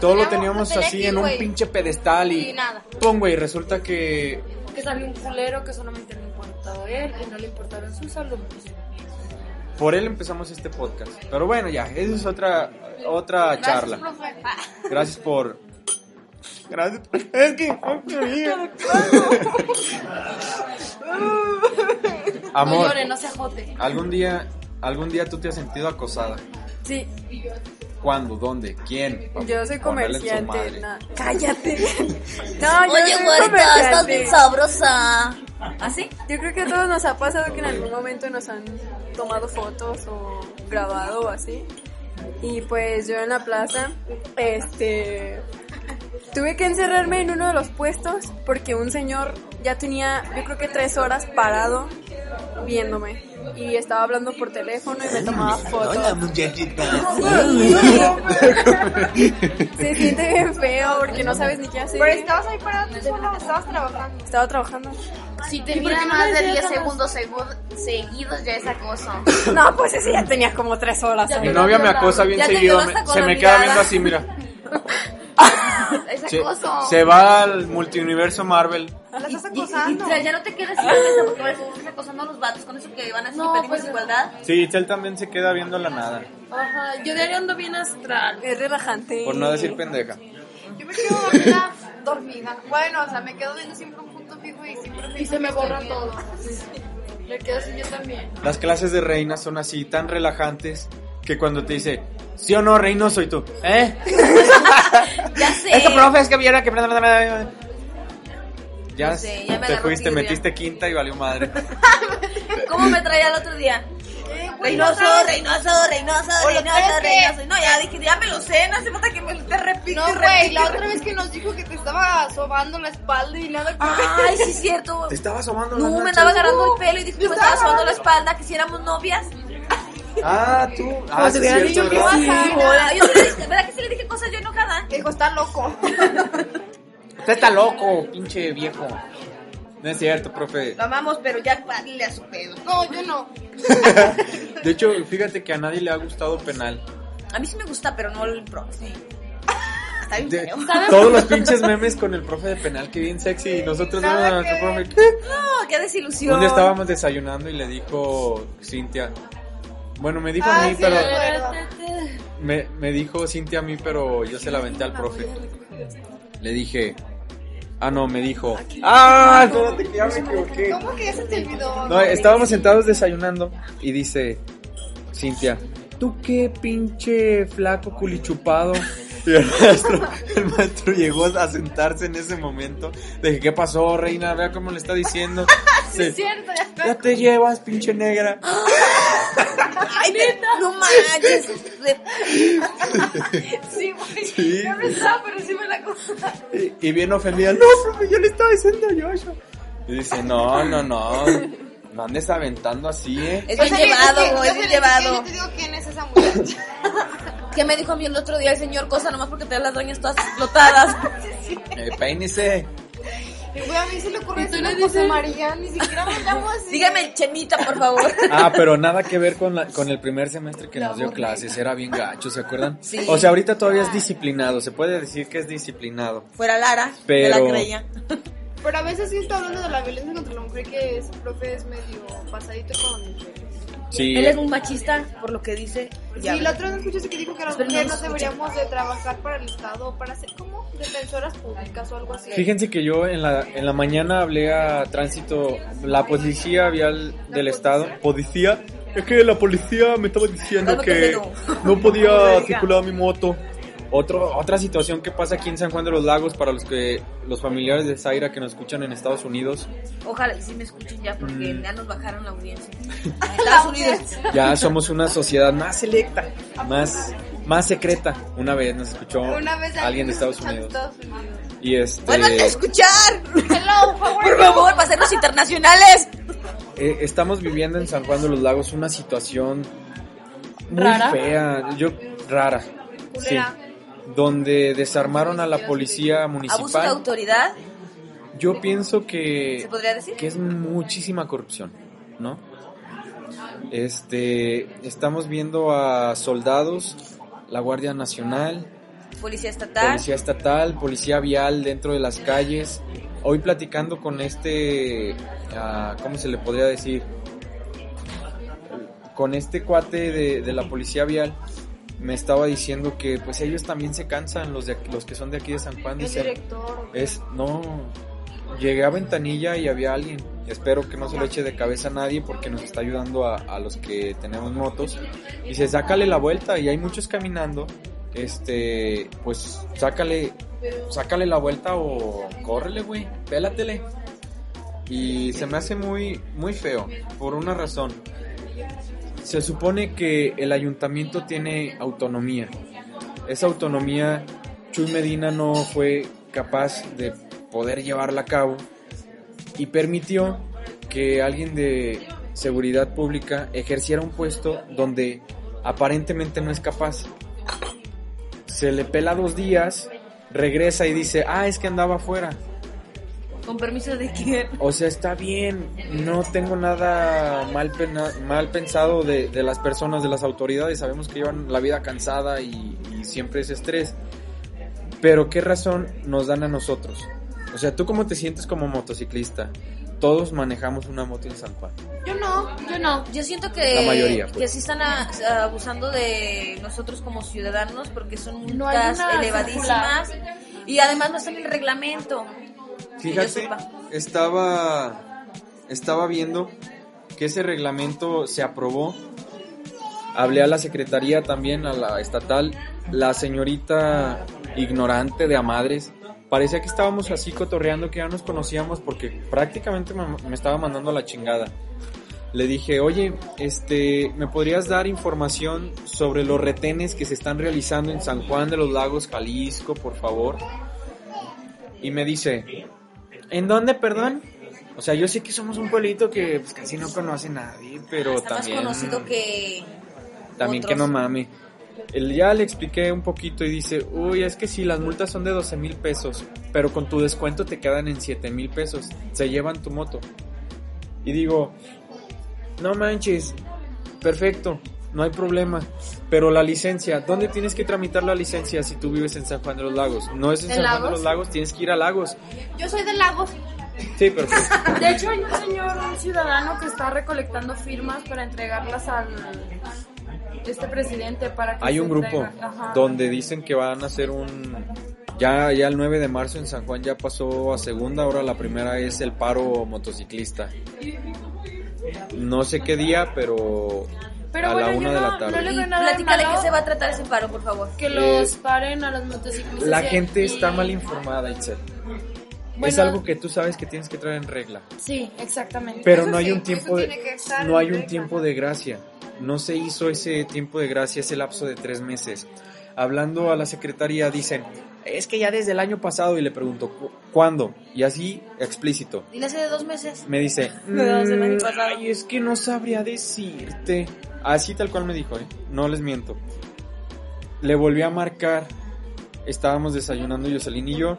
Speaker 2: Todo lo
Speaker 1: teníamos-
Speaker 2: teníamos
Speaker 1: tenía
Speaker 2: así
Speaker 1: aquí,
Speaker 2: en un
Speaker 1: güey.
Speaker 2: pinche pedestal y,
Speaker 1: Y nada.
Speaker 2: pum, güey, resulta que
Speaker 5: Que salió un culero que solamente le importó él, que no le importaron sus alumnos.
Speaker 2: Por él empezamos este podcast. Pero bueno, ya, esa es otra, otra charla. Gracias por... Gracias por... Es que...
Speaker 5: No
Speaker 2: Amor,
Speaker 5: llore, no se ajote.
Speaker 2: algún día, algún día tú te has sentido acosada.
Speaker 8: Sí,
Speaker 2: ¿Cuándo? ¿Dónde? ¿Quién?
Speaker 8: yo soy
Speaker 2: Ponerle Oh, en su
Speaker 8: comerciante.
Speaker 2: madre.
Speaker 8: na- Cállate. No, yo soy comerciante.
Speaker 4: sabrosa.
Speaker 5: ¿Ah,
Speaker 4: ¿Así?
Speaker 8: Yo creo que a todos nos ha pasado que en algún momento nos han tomado fotos o grabado o así. Y pues yo en la plaza, este, tuve que encerrarme en uno de los puestos porque un señor ya tenía, yo creo que tres horas parado viéndome y estaba hablando por teléfono y me tomaba fotos. Se siente bien feo porque no sabes ni qué hacer.
Speaker 1: Pero estabas ahí parado tú solo, estabas trabajando.
Speaker 8: Estaba trabajando.
Speaker 7: Si tenía más de 10 segundos segu- seguidos, ya es acoso.
Speaker 8: No, pues ese ya tenía como tres horas.
Speaker 2: Mi novia me acosa bien
Speaker 4: Ya te
Speaker 2: seguido.
Speaker 4: quedaste
Speaker 2: me-
Speaker 4: con
Speaker 2: se
Speaker 4: la
Speaker 2: me queda
Speaker 4: mirada.
Speaker 2: viendo así, mira.
Speaker 7: Es
Speaker 2: Se,
Speaker 7: acoso.
Speaker 2: se va al multiuniverso Marvel.
Speaker 1: La estás
Speaker 4: Y, y,
Speaker 1: acosando.
Speaker 4: o sea, ya no te quedes sin defensa porque ahora estás acosando a los vatos con eso que van a decir
Speaker 5: No,
Speaker 4: que pedimos
Speaker 5: pues-
Speaker 4: igualdad.
Speaker 2: Sí, él también se queda viendo la nada.
Speaker 5: Ajá, yo diario ando bien astral.
Speaker 8: Es relajante.
Speaker 2: Por no decir pendeja.
Speaker 1: Yo me quedo dormida, dormida. Bueno, o sea, me quedo viendo siempre un punto fijo y siempre
Speaker 5: Y
Speaker 1: fijo
Speaker 5: se me
Speaker 1: que
Speaker 5: borra
Speaker 1: estoy
Speaker 5: todo.
Speaker 1: viendo.
Speaker 5: Me quedo así yo también.
Speaker 2: Las clases de reina son así, tan relajantes, que cuando te dice, sí o no, reino, soy tú. ¿Eh?
Speaker 4: Ya sé.
Speaker 2: Este profe es que viera que... Ya,
Speaker 4: No sé, ya me
Speaker 2: te
Speaker 4: agarró
Speaker 2: fuiste,
Speaker 4: tibia.
Speaker 2: metiste quinta y valió madre.
Speaker 4: ¿Cómo me traía el otro día? Reynoso, Reynoso, Reynoso,
Speaker 1: O lo
Speaker 4: Reynoso,
Speaker 1: traes que-
Speaker 4: Reynoso. No, ya dije, ya me lo sé, no hace falta que me lo estés repitiendo.
Speaker 1: Ah. No, güey, la otra vez que nos dijo que te estaba sobando la espalda y nada.
Speaker 4: Ay, sí es cierto.
Speaker 2: Te estaba asomando
Speaker 4: No, me andaba agarrando el pelo y dijo que me estaba sobando la espalda, que si éramos novias.
Speaker 2: Ah, tú. Ah,
Speaker 8: Como
Speaker 2: sí,
Speaker 8: te hubieran
Speaker 2: es cierto,
Speaker 8: dicho que
Speaker 2: ¿verdad?
Speaker 8: sí.
Speaker 4: Hola, yo sí le dije- ¿verdad que sí le dije cosas yo enojada?
Speaker 1: Dijo, está loco.
Speaker 2: Usted está loco, pinche viejo. No es cierto, profe.
Speaker 4: Lo amamos, pero ya párale a su pedo.
Speaker 1: No, yo no.
Speaker 2: De hecho, fíjate que a nadie le ha gustado penal.
Speaker 4: A mí sí me gusta, pero no el profe. Está bien
Speaker 2: De-
Speaker 4: feo.
Speaker 2: todos los pinches memes con el profe de penal, que bien sexy. Y nosotros vemos
Speaker 1: Nada
Speaker 2: a nuestro
Speaker 1: que
Speaker 2: profe.
Speaker 1: ver.
Speaker 2: ¿qué?
Speaker 4: No, qué desilusión.
Speaker 2: Un día estábamos desayunando y le dijo Cintia. Bueno, me dijo a
Speaker 1: Ah,
Speaker 2: mí,
Speaker 1: sí,
Speaker 2: pero.
Speaker 1: me acuerdo.
Speaker 2: Me, me dijo Cintia a mí, pero yo se la aventé al profe. Le dije. Ah, no, me dijo. ¡Ah! Espérate, que ya me equivoqué.
Speaker 1: ¿Cómo que ya se te olvidó?
Speaker 2: No, estábamos sentados desayunando y dice Cintia, ¿tú qué pinche flaco culichupado? Y el maestro, el maestro llegó a sentarse en ese momento. Le Dije, ¿qué pasó, reina? Vea cómo le está diciendo. Sí.
Speaker 5: Cierto, ya está.
Speaker 2: Ya te llevas, pinche negra.
Speaker 4: Ay, no manches. De-
Speaker 5: Sí, güey.
Speaker 2: Sí.
Speaker 5: Ya me estaba, pero sí me la contaba.
Speaker 2: Y, y bien ofendida. No, profe, yo le estaba diciendo a Joshua. Y dice, no, no, no. No andes aventando así, ¿eh?
Speaker 4: Es bien
Speaker 1: Yo sé que- es que-
Speaker 4: llevado,
Speaker 1: yo
Speaker 4: es
Speaker 1: sé
Speaker 4: bien
Speaker 1: que-
Speaker 4: llevado.
Speaker 1: Yo te digo quién es esa muchacha.
Speaker 4: ¿Qué me dijo a mí el otro día el señor Cosa? Nomás porque trae las doñas todas explotadas.
Speaker 2: Eh, peínese.
Speaker 1: Y güey, a mí se le ocurrió decir una cosa amarilla, ni siquiera me llamo así.
Speaker 4: Dígame, Chemita, por favor.
Speaker 2: Ah, pero nada que ver con, la- con el primer semestre que
Speaker 5: La
Speaker 2: nos dio
Speaker 5: burla.
Speaker 2: clases. Era bien gacho, ¿se acuerdan?
Speaker 4: Sí.
Speaker 2: O sea, ahorita todavía es disciplinado. Se puede decir que es disciplinado.
Speaker 4: Fuera Lara,
Speaker 2: Pero-
Speaker 4: me la creía.
Speaker 1: Pero a veces sí está hablando de la violencia contra la mujer que ese profe es medio pasadito con...
Speaker 2: Sí. eh,
Speaker 4: Él es un machista, por lo que dice. Ya
Speaker 1: Sí,
Speaker 4: ves.
Speaker 1: la otra vez escuchaste que dijo que las
Speaker 4: Espero no
Speaker 1: mujeres
Speaker 4: lo
Speaker 1: no
Speaker 4: escuche.
Speaker 1: deberíamos de trabajar para el Estado, para ser como defensoras públicas o algo así.
Speaker 2: Fíjense que yo en la, en la mañana hablé a tránsito, la policía vial del estado. ¿Policía? Es que la policía me estaba diciendo
Speaker 4: Cálmate,
Speaker 2: que no podía circular mi moto. Otro, otra situación que pasa aquí en San Juan de los Lagos para los que los familiares de Zaira que nos escuchan en Estados Unidos,
Speaker 4: Ojalá y sí me escuchen ya, porque
Speaker 2: Mm.
Speaker 4: ya nos bajaron la audiencia. Estados Unidos.
Speaker 2: ya somos una sociedad más selecta, más, más secreta. Una vez nos escuchó
Speaker 1: Una vez
Speaker 2: alguien de Estados
Speaker 1: escuchando
Speaker 2: Unidos
Speaker 1: Estados Unidos.
Speaker 2: y este
Speaker 4: ¡Vuelvan a escuchar! Por favor, para hacernos internacionales.
Speaker 2: Eh, estamos viviendo en San Juan de los Lagos una situación muy
Speaker 5: ¿Rara?
Speaker 2: fea, yo rara, sí,
Speaker 1: Culera.
Speaker 2: donde desarmaron a la policía
Speaker 4: Abuso de
Speaker 2: municipal.
Speaker 4: autoridad,
Speaker 2: Yo pienso
Speaker 4: se
Speaker 2: que
Speaker 4: podría decir.
Speaker 2: que es muchísima corrupción, ¿no? Este, estamos viendo a soldados, la Guardia Nacional,
Speaker 4: Policía estatal.
Speaker 2: policía estatal, policía vial dentro de las calles. Hoy platicando con este, ah, ¿cómo se le podría decir? Con este cuate de, de la policía vial, me estaba diciendo que pues ellos también se cansan, los, de, aquí- los que son de aquí de San Juan.
Speaker 1: El
Speaker 2: dice,
Speaker 1: director.
Speaker 2: es, no, llegué a Ventanilla y había alguien. Espero que no se lo eche de cabeza a nadie porque nos está ayudando a, a los que tenemos motos. Dice, sácale la vuelta y hay muchos caminando. Este, pues sácale, sácale la vuelta o córrele, güey, pélatele. Y se me hace muy, muy feo, por una razón. Se supone que el ayuntamiento tiene autonomía. Esa autonomía Chuy Medina no fue capaz de poder llevarla a cabo y permitió que alguien de seguridad pública ejerciera un puesto donde aparentemente no es capaz. Se le pela dos días, regresa y dice, ah, es que andaba afuera.
Speaker 4: ¿Con permiso de quién?
Speaker 2: O sea, está bien, no tengo nada mal, pena- mal pensado de, de las personas, de las autoridades, sabemos que llevan la vida cansada y, y siempre es estrés, pero ¿qué razón nos dan a nosotros? O sea, ¿tú cómo te sientes como motociclista? Todos manejamos una moto en San Juan.
Speaker 5: Yo no, yo no.
Speaker 4: Yo siento que,
Speaker 2: La mayoría, pues.
Speaker 4: que sí están a- a- abusando de nosotros como ciudadanos porque son
Speaker 5: No hay
Speaker 4: multas
Speaker 5: una
Speaker 4: elevadísimas y además no está en el reglamento. Que yo
Speaker 2: Fíjate,
Speaker 4: sepa.
Speaker 2: estaba, estaba viendo que ese reglamento se aprobó. Hablé a la secretaría también, a la estatal, la señorita ignorante de Amadres. Parecía que estábamos así cotorreando, que ya nos conocíamos porque prácticamente me, me estaba mandando a la chingada. Le dije, oye, este, ¿me podrías dar información sobre los retenes que se están realizando en San Juan de los Lagos, Jalisco, por favor? Y me dice, ¿En dónde, perdón? O sea, yo sé que somos un pueblito que pues, casi no conoce nadie, pero
Speaker 4: Está
Speaker 2: también.
Speaker 4: más conocido que...
Speaker 2: También que
Speaker 4: otros.
Speaker 2: no mame. El, ya le expliqué un poquito y dice, uy, es que si las multas son de 12 mil pesos, pero con tu descuento te quedan en 7 mil pesos, se llevan tu moto. Y digo, no manches, perfecto, no hay problema, pero la licencia, ¿dónde tienes que tramitar la licencia si tú vives en San Juan de los Lagos? No es en
Speaker 1: ¿En
Speaker 2: San Juan de
Speaker 1: Lagos?
Speaker 2: los Lagos, tienes que ir a Lagos.
Speaker 1: Yo soy de Lagos.
Speaker 2: Sí, pero pues,
Speaker 5: De hecho, hay un señor, un ciudadano que está recolectando firmas para entregarlas al este presidente para que
Speaker 2: Hay
Speaker 5: se
Speaker 2: un grupo
Speaker 5: entregue. Ajá.
Speaker 2: donde dicen que van a hacer un... Ya, ya el 9 de marzo en San Juan ya pasó a segunda, ahora la primera es el paro motociclista. No sé qué día, pero,
Speaker 5: Pero
Speaker 2: a
Speaker 5: bueno,
Speaker 2: la
Speaker 5: yo
Speaker 2: una de
Speaker 5: no-
Speaker 2: la tarde.
Speaker 5: no le
Speaker 4: Y
Speaker 5: veo nada de
Speaker 4: platícale
Speaker 5: malo.
Speaker 4: qué se va a tratar ese paro, por favor.
Speaker 5: que los
Speaker 2: Eh,
Speaker 5: paren a los motociclistas.
Speaker 2: La
Speaker 5: y-
Speaker 2: gente
Speaker 5: y-
Speaker 2: está mal informada, Itzel. es algo que tú sabes que tienes que traer en regla.
Speaker 5: Sí, exactamente.
Speaker 2: Pero
Speaker 1: Eso
Speaker 2: no hay
Speaker 1: sí,
Speaker 2: un
Speaker 1: eso
Speaker 2: tiempo
Speaker 1: tiene que
Speaker 2: de,
Speaker 1: estar
Speaker 2: no hay
Speaker 1: en
Speaker 2: un
Speaker 1: regla.
Speaker 2: tiempo de gracia. No se hizo ese tiempo de gracia, ese lapso de tres meses. Hablando a la secretaría dicen, es que ya desde el año pasado y le pregunto, "¿Cu- ¿cuándo? Y así explícito.
Speaker 5: Y la hace de dos meses.
Speaker 2: Me dice,
Speaker 5: Me da dos del año
Speaker 2: "Mm,
Speaker 5: pasado".
Speaker 2: ay, es que no sabría decirte. Así tal cual me dijo, ¿eh? no les miento. Le volví a marcar, estábamos desayunando Jocelyn y yo,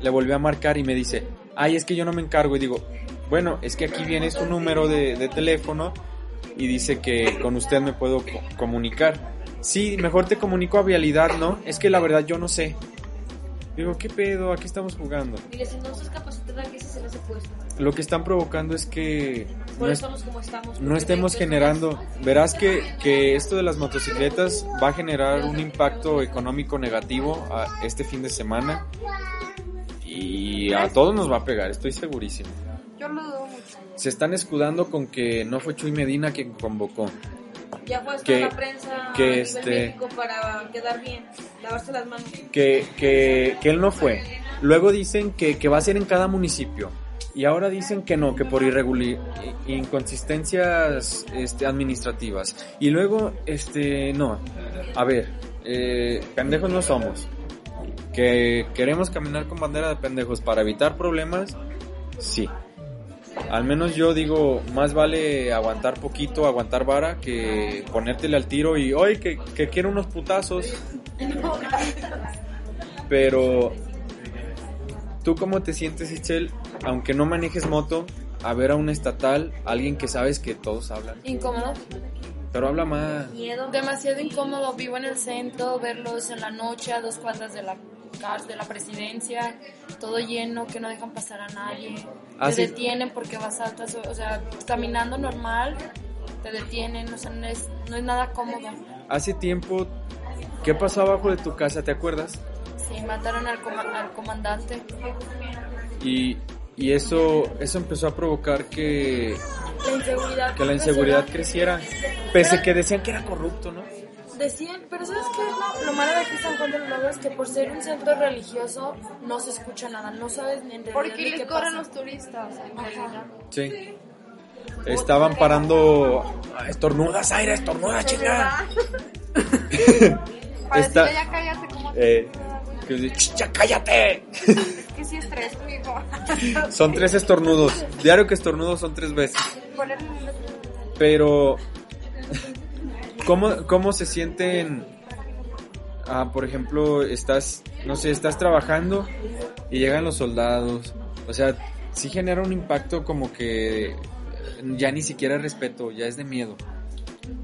Speaker 2: le volví a marcar y me dice, ay, es que yo no me encargo. Y digo, bueno, es que aquí viene su número de, de teléfono y dice que con usted me puedo co- comunicar. Sí, mejor te comunico a vialidad, ¿no? Es que la verdad yo no sé. Digo, ¿qué pedo? Aquí estamos jugando.
Speaker 9: Diles, entonces capacitar a que ese se nos puesto.
Speaker 2: Lo que están provocando es que
Speaker 9: Por eso
Speaker 2: no es-
Speaker 9: estamos como estamos.
Speaker 2: no estemos generando. Verás que, que esto de las motocicletas va a generar un impacto económico negativo a este fin de semana y a todos nos va a pegar, estoy segurísimo.
Speaker 1: Yo lo dudo mucho.
Speaker 2: Se están escudando con que no fue Chuy Medina quien convocó.
Speaker 9: Ya fue hasta
Speaker 2: que-
Speaker 9: la prensa
Speaker 2: que
Speaker 9: a nivel
Speaker 2: este-
Speaker 9: México para quedar bien, lavarse las manos.
Speaker 2: que, que, que él no fue. Luego dicen que, que va a ser en cada municipio. Y ahora dicen que no, que por irreguli- i- inconsistencias este, administrativas. Y luego, este, no. A ver, eh, pendejos no somos. Que queremos caminar con bandera de pendejos para evitar problemas, sí. Al menos yo digo, más vale aguantar poquito, aguantar vara, que ponértele al tiro y, oye, que, que quiero unos putazos. Pero, ¿tú cómo te sientes, Ichel, aunque no manejes moto, a ver a un estatal, alguien que sabes que todos hablan?
Speaker 5: Incómodo.
Speaker 2: Pero habla más.
Speaker 9: Miedo.
Speaker 5: Demasiado incómodo. Vivo en el centro, verlos en la noche a dos cuadras de la car- de la presidencia, todo lleno, que no dejan pasar a nadie.
Speaker 2: Ah,
Speaker 5: te
Speaker 2: sí.
Speaker 5: detienen porque vas alta, o sea, caminando normal, te detienen, o sea, no es, no es nada cómodo.
Speaker 2: Hace tiempo, ¿qué pasó abajo de tu casa? ¿Te acuerdas?
Speaker 5: Sí, mataron al, coma- al comandante.
Speaker 2: Y, y eso, eso empezó a provocar que,
Speaker 5: La inseguridad.
Speaker 2: que la inseguridad creciera. Pese que decían que era corrupto, ¿no?
Speaker 5: Decían, pero ¿sabes qué? es Lo, lo malo de aquí San Juan del Lago es que por ser un centro religioso no se escucha nada, no sabes ni en realidad
Speaker 1: Porque
Speaker 5: ni
Speaker 1: les
Speaker 5: qué
Speaker 1: corren
Speaker 5: pasa.
Speaker 1: los turistas. en realidad.
Speaker 2: Sí. Estaban parando. "Ah, Estornuda, Zaira, estornuda, chingada.
Speaker 1: Para
Speaker 2: Está-
Speaker 1: decirle ya cállate como
Speaker 2: Eh, que dice, "Ch, ya cállate.
Speaker 1: que sí estrés, mijo.
Speaker 2: Son tres estornudos. Diario que estornudo son tres veces.
Speaker 1: Ponerle un metro.
Speaker 2: Pero, ¿cómo, cómo se sienten? Ah, por ejemplo, estás, no sé, estás trabajando y llegan los soldados. O sea, sí genera un impacto como que ya ni siquiera es respeto, ya es de miedo.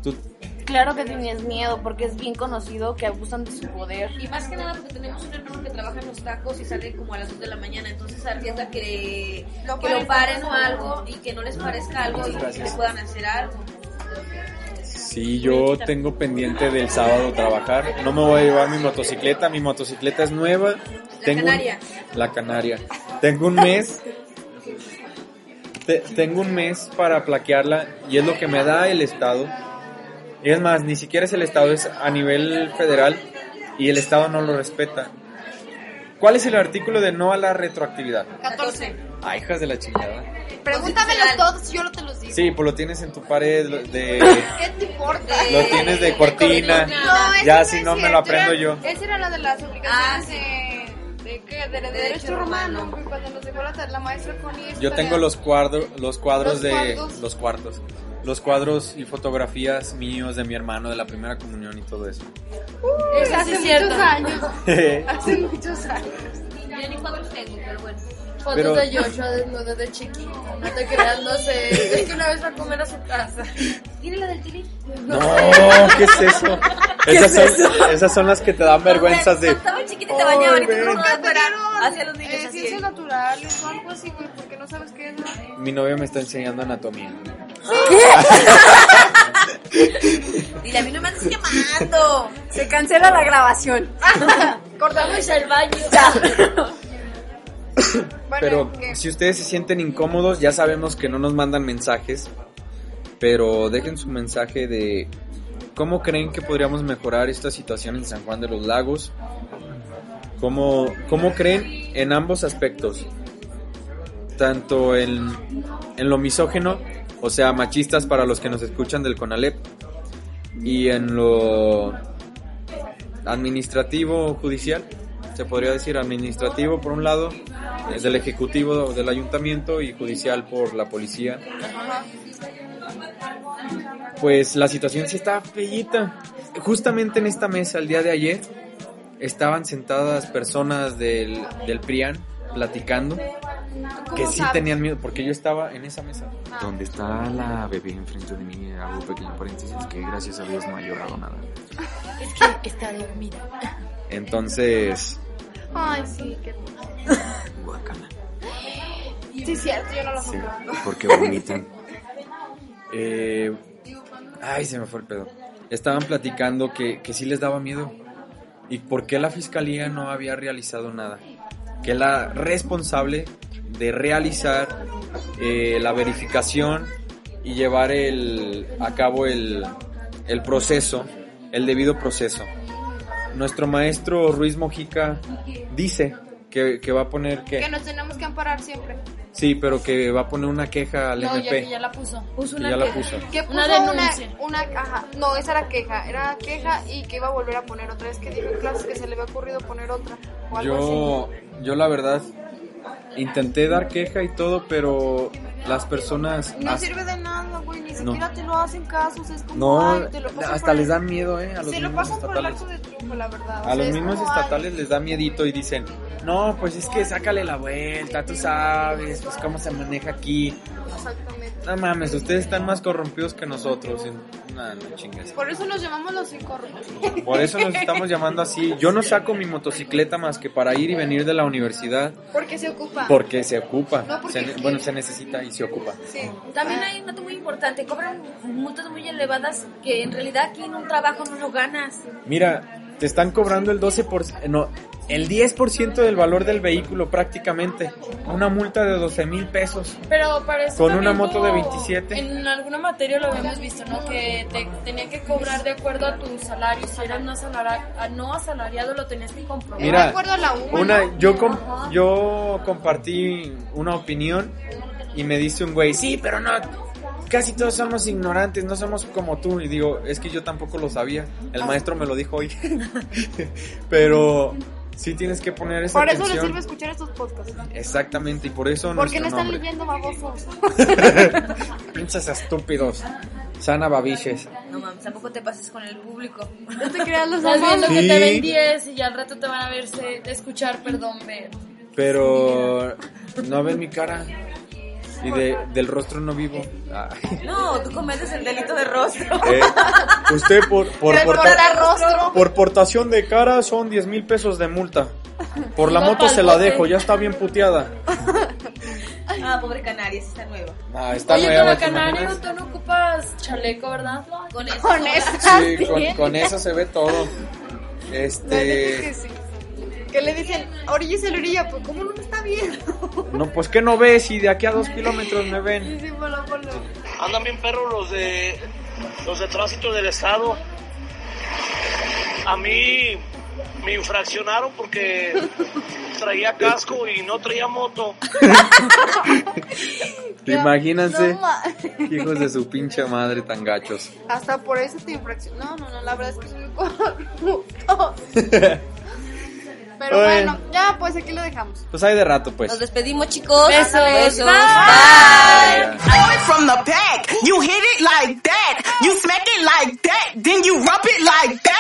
Speaker 2: Tú,
Speaker 7: Claro que tenías miedo porque es bien conocido que abusan de su poder.
Speaker 9: Y más que nada porque tenemos un hermano que trabaja en los tacos y sale como a las 2 de la mañana, entonces arriesga que,
Speaker 1: Lo
Speaker 9: que lo
Speaker 1: paren.
Speaker 9: paren o algo y que no les parezca algo y que le puedan hacer algo.
Speaker 2: Sí, yo tengo pendiente del sábado trabajar. No me voy a llevar mi motocicleta. Mi motocicleta es nueva. Tengo un-
Speaker 9: Canaria.
Speaker 2: la Canaria. Tengo un mes. te- tengo un mes para plaquearla y es lo que me da el Estado. Y es más, ni siquiera es el Estado, es a nivel federal y el Estado no lo respeta. ¿Cuál es el artículo de no a la retroactividad?
Speaker 1: 14.
Speaker 2: Ah, hijas de la chingada.
Speaker 1: Pregúntamelos todos, yo no te los digo.
Speaker 2: Sí, pues lo tienes en tu pared lo- de...
Speaker 1: ¿Qué te importa?
Speaker 2: Lo tienes de cortina.
Speaker 1: No, eso
Speaker 2: Ya, si
Speaker 1: es
Speaker 2: no, me
Speaker 1: cierto.
Speaker 2: lo aprendo yo.
Speaker 1: Esa era la de las
Speaker 9: Ah,
Speaker 1: obligaciones de, de, ¿qué? de, de derecho romano. güey, Cuando nos dejó la, la maestra con
Speaker 2: Yo tengo los cuadros, los cuadros
Speaker 1: Los
Speaker 2: de
Speaker 1: cuadros.
Speaker 2: los cuartos, los cuadros y fotografías míos de mi hermano de la primera comunión y todo eso.
Speaker 1: Es hace muchos años. Hace muchos años.
Speaker 9: Ya ni cuadros tengo, pero bueno.
Speaker 5: Fotos
Speaker 2: Pero-
Speaker 5: de Joshua desnudo de chiquito, no te creas, no sé. Es que una vez fue a comer a su casa.
Speaker 9: Tiene la del Tili.
Speaker 2: no, ¿qué es eso? Esas, Son, esas son las que te dan vergüenzas de.
Speaker 9: Estaba chiquita y te bañaba, ahorita
Speaker 2: ven.
Speaker 9: no vas a esperar hacia los niños
Speaker 1: Eh,
Speaker 9: así.
Speaker 1: ciencias naturales o algo así, güey, porque no sabes qué es. ¿no?
Speaker 2: Mi novio me está enseñando anatomía.
Speaker 9: Dile, a mí no me andes llamando.
Speaker 8: Se cancela la grabación.
Speaker 9: Cortamos el baño.
Speaker 1: Bueno,
Speaker 2: Pero
Speaker 1: que-
Speaker 2: si ustedes se sienten incómodos, ya sabemos que no nos mandan mensajes, pero dejen su mensaje de cómo creen que podríamos mejorar esta situación en San Juan de los Lagos. ¿Cómo, cómo creen en ambos aspectos? tanto en, en lo misógeno, o sea, machistas para los que nos escuchan del CONALEP, y en lo administrativo o judicial, se podría decir administrativo por un lado, eh, del ejecutivo del ayuntamiento y judicial por la policía. Pues la situación sí está fellita. Justamente en esta mesa el día de ayer estaban sentadas personas del, del PRIAN platicando que sí tenían miedo porque yo estaba en esa mesa.
Speaker 10: Donde está la bebé enfrente de mí, hago un pequeño paréntesis que gracias a Dios no ha llorado nada.
Speaker 5: Es que está dormida.
Speaker 2: Entonces,
Speaker 5: Ay, sí, qué
Speaker 10: Guacala.
Speaker 1: Sí, cierto, yo no lo
Speaker 10: Sí,
Speaker 1: soporto.
Speaker 10: porque vomitan.
Speaker 2: eh, ay, se me fue el pedo. Estaban platicando que, que sí les daba miedo. ¿Y por qué la fiscalía no había realizado nada? Que la responsable de realizar eh, la verificación y llevar el, a cabo el, el proceso, el debido proceso. Nuestro maestro Ruiz Mojica dice que, que va a poner que...
Speaker 1: Que nos tenemos que amparar siempre.
Speaker 2: Sí, pero que va a poner una queja al
Speaker 5: No, ya
Speaker 2: MP.
Speaker 5: que ya la puso.
Speaker 2: que ya la puso.
Speaker 1: Que puso
Speaker 5: Una
Speaker 1: una
Speaker 5: denuncia.
Speaker 1: Una, ajá, no, esa era queja. Era queja y que iba a volver a poner otra. Es que dijo en clases que se le había ocurrido poner otra. O algo
Speaker 2: Yo, yo la verdad intenté dar queja y todo, pero las personas
Speaker 1: así. No
Speaker 2: has-
Speaker 1: sirve de nada, güey. Ni
Speaker 2: No.
Speaker 1: siquiera te lo hacen casos. Es como.
Speaker 2: no,
Speaker 1: ay, te lo pasan
Speaker 2: hasta
Speaker 1: por-
Speaker 2: les dan miedo, eh, a los
Speaker 1: Se lo
Speaker 2: mismos
Speaker 1: pasan por el
Speaker 2: estatales.
Speaker 1: acto de triunfo, la verdad. O
Speaker 2: A
Speaker 1: sea,
Speaker 2: los
Speaker 1: es
Speaker 2: mismos
Speaker 1: como, ay,
Speaker 2: estatales les da miedito y dicen, "No, pues es que sácale la vuelta, tú sabes, pues cómo se maneja aquí."
Speaker 1: Exactamente.
Speaker 2: No mames, ustedes están más corrompidos que nosotros. No, no chingas.
Speaker 1: Por eso nos llamamos los incorruptibles.
Speaker 2: Por eso nos estamos llamando así. Yo no saco mi motocicleta más que para ir y venir de la universidad.
Speaker 1: Porque se ocupa.
Speaker 2: Porque se ocupa.
Speaker 1: No, porque
Speaker 2: Se ne-
Speaker 1: quiere.
Speaker 2: bueno, se necesita y se ocupa.
Speaker 1: Sí.
Speaker 4: También hay un dato muy importante, cobran multas muy elevadas que en realidad aquí en un trabajo no lo ganas.
Speaker 2: Mira, te están cobrando el 12%, no, el 10% del valor del vehículo prácticamente. Una multa de 12 mil pesos.
Speaker 5: Pero para eso
Speaker 2: Con una
Speaker 5: también
Speaker 2: moto de
Speaker 5: hubo-
Speaker 2: 27.
Speaker 5: En alguna materia lo habíamos visto, ¿no? Que te tenían que cobrar de acuerdo a tu salario. Si eras no, asalara- a- no asalariado, lo tenías que comprobar.
Speaker 2: Mira,
Speaker 1: Yo recuerdo la UMA,
Speaker 2: Una,
Speaker 1: ¿no?
Speaker 2: yo, com- yo compartí una opinión y me dice un güey, sí, pero no, casi todos somos ignorantes, no somos como tú. Y digo, es que yo tampoco lo sabía,
Speaker 1: Ah.
Speaker 2: el maestro me lo dijo hoy. pero sí tienes que poner esa
Speaker 1: Por eso les
Speaker 2: atención.
Speaker 1: sirve escuchar estos podcasts.
Speaker 2: Exactamente, y por eso
Speaker 1: Porque
Speaker 2: nuestro
Speaker 1: no están
Speaker 2: nombre.
Speaker 1: viviendo babosos.
Speaker 2: Pinches estúpidos. Sana babiches.
Speaker 4: No mames, tampoco te pases con el público.
Speaker 1: No te creas los
Speaker 5: Estás viendo
Speaker 1: amamos.
Speaker 5: que te
Speaker 2: Sí.
Speaker 5: ven 10 y ya al rato te van a verse, escuchar, perdón, ver.
Speaker 2: Pero no ven mi cara. Y de- del rostro no vivo. Ah.
Speaker 4: No, tú cometes el delito de rostro.
Speaker 2: Eh, usted por, por,
Speaker 1: Pero
Speaker 2: porta-
Speaker 1: cortar rostro.
Speaker 2: por portación de cara son 10 mil pesos de multa. Por la
Speaker 5: No,
Speaker 2: moto se la
Speaker 5: palmote.
Speaker 2: dejo, ya está bien puteada.
Speaker 4: Ah, pobre Canarias, está nueva.
Speaker 2: Ah, está
Speaker 5: Oye,
Speaker 2: nueva,
Speaker 5: pero
Speaker 2: ¿te
Speaker 5: Canario,
Speaker 2: imaginas?
Speaker 5: tú no ocupas chaleco, ¿verdad?
Speaker 4: Con eso.
Speaker 1: Con esas.
Speaker 2: Sí, con, con eso se ve todo.
Speaker 1: La neta es
Speaker 2: Este.
Speaker 1: que sí. Que le dicen, orilla y la orilla, pues ¿cómo no me está bien?
Speaker 2: No, pues que no ves y de aquí a dos kilómetros me ven.
Speaker 1: Y sí, ponlo, ponlo.
Speaker 11: Andan bien perros los de los de tránsito del estado. A mí me infraccionaron porque traía casco y no traía moto.
Speaker 2: Imagínense,
Speaker 1: No, ma-
Speaker 2: hijos de su pinche madre tan gachos.
Speaker 1: Hasta por eso te infraccionó. No, no, no, la verdad es que es muy corrupto. Pero
Speaker 2: Oye.
Speaker 1: bueno, ya pues aquí lo dejamos.
Speaker 2: Pues hay de rato,
Speaker 4: Nos
Speaker 2: pues.
Speaker 4: despedimos, chicos.
Speaker 5: Besos.
Speaker 4: Besos.
Speaker 5: Bye.
Speaker 4: Bye.
Speaker 3: Coming from the back, you hit it like that. You smack it like that, then you rub it like that.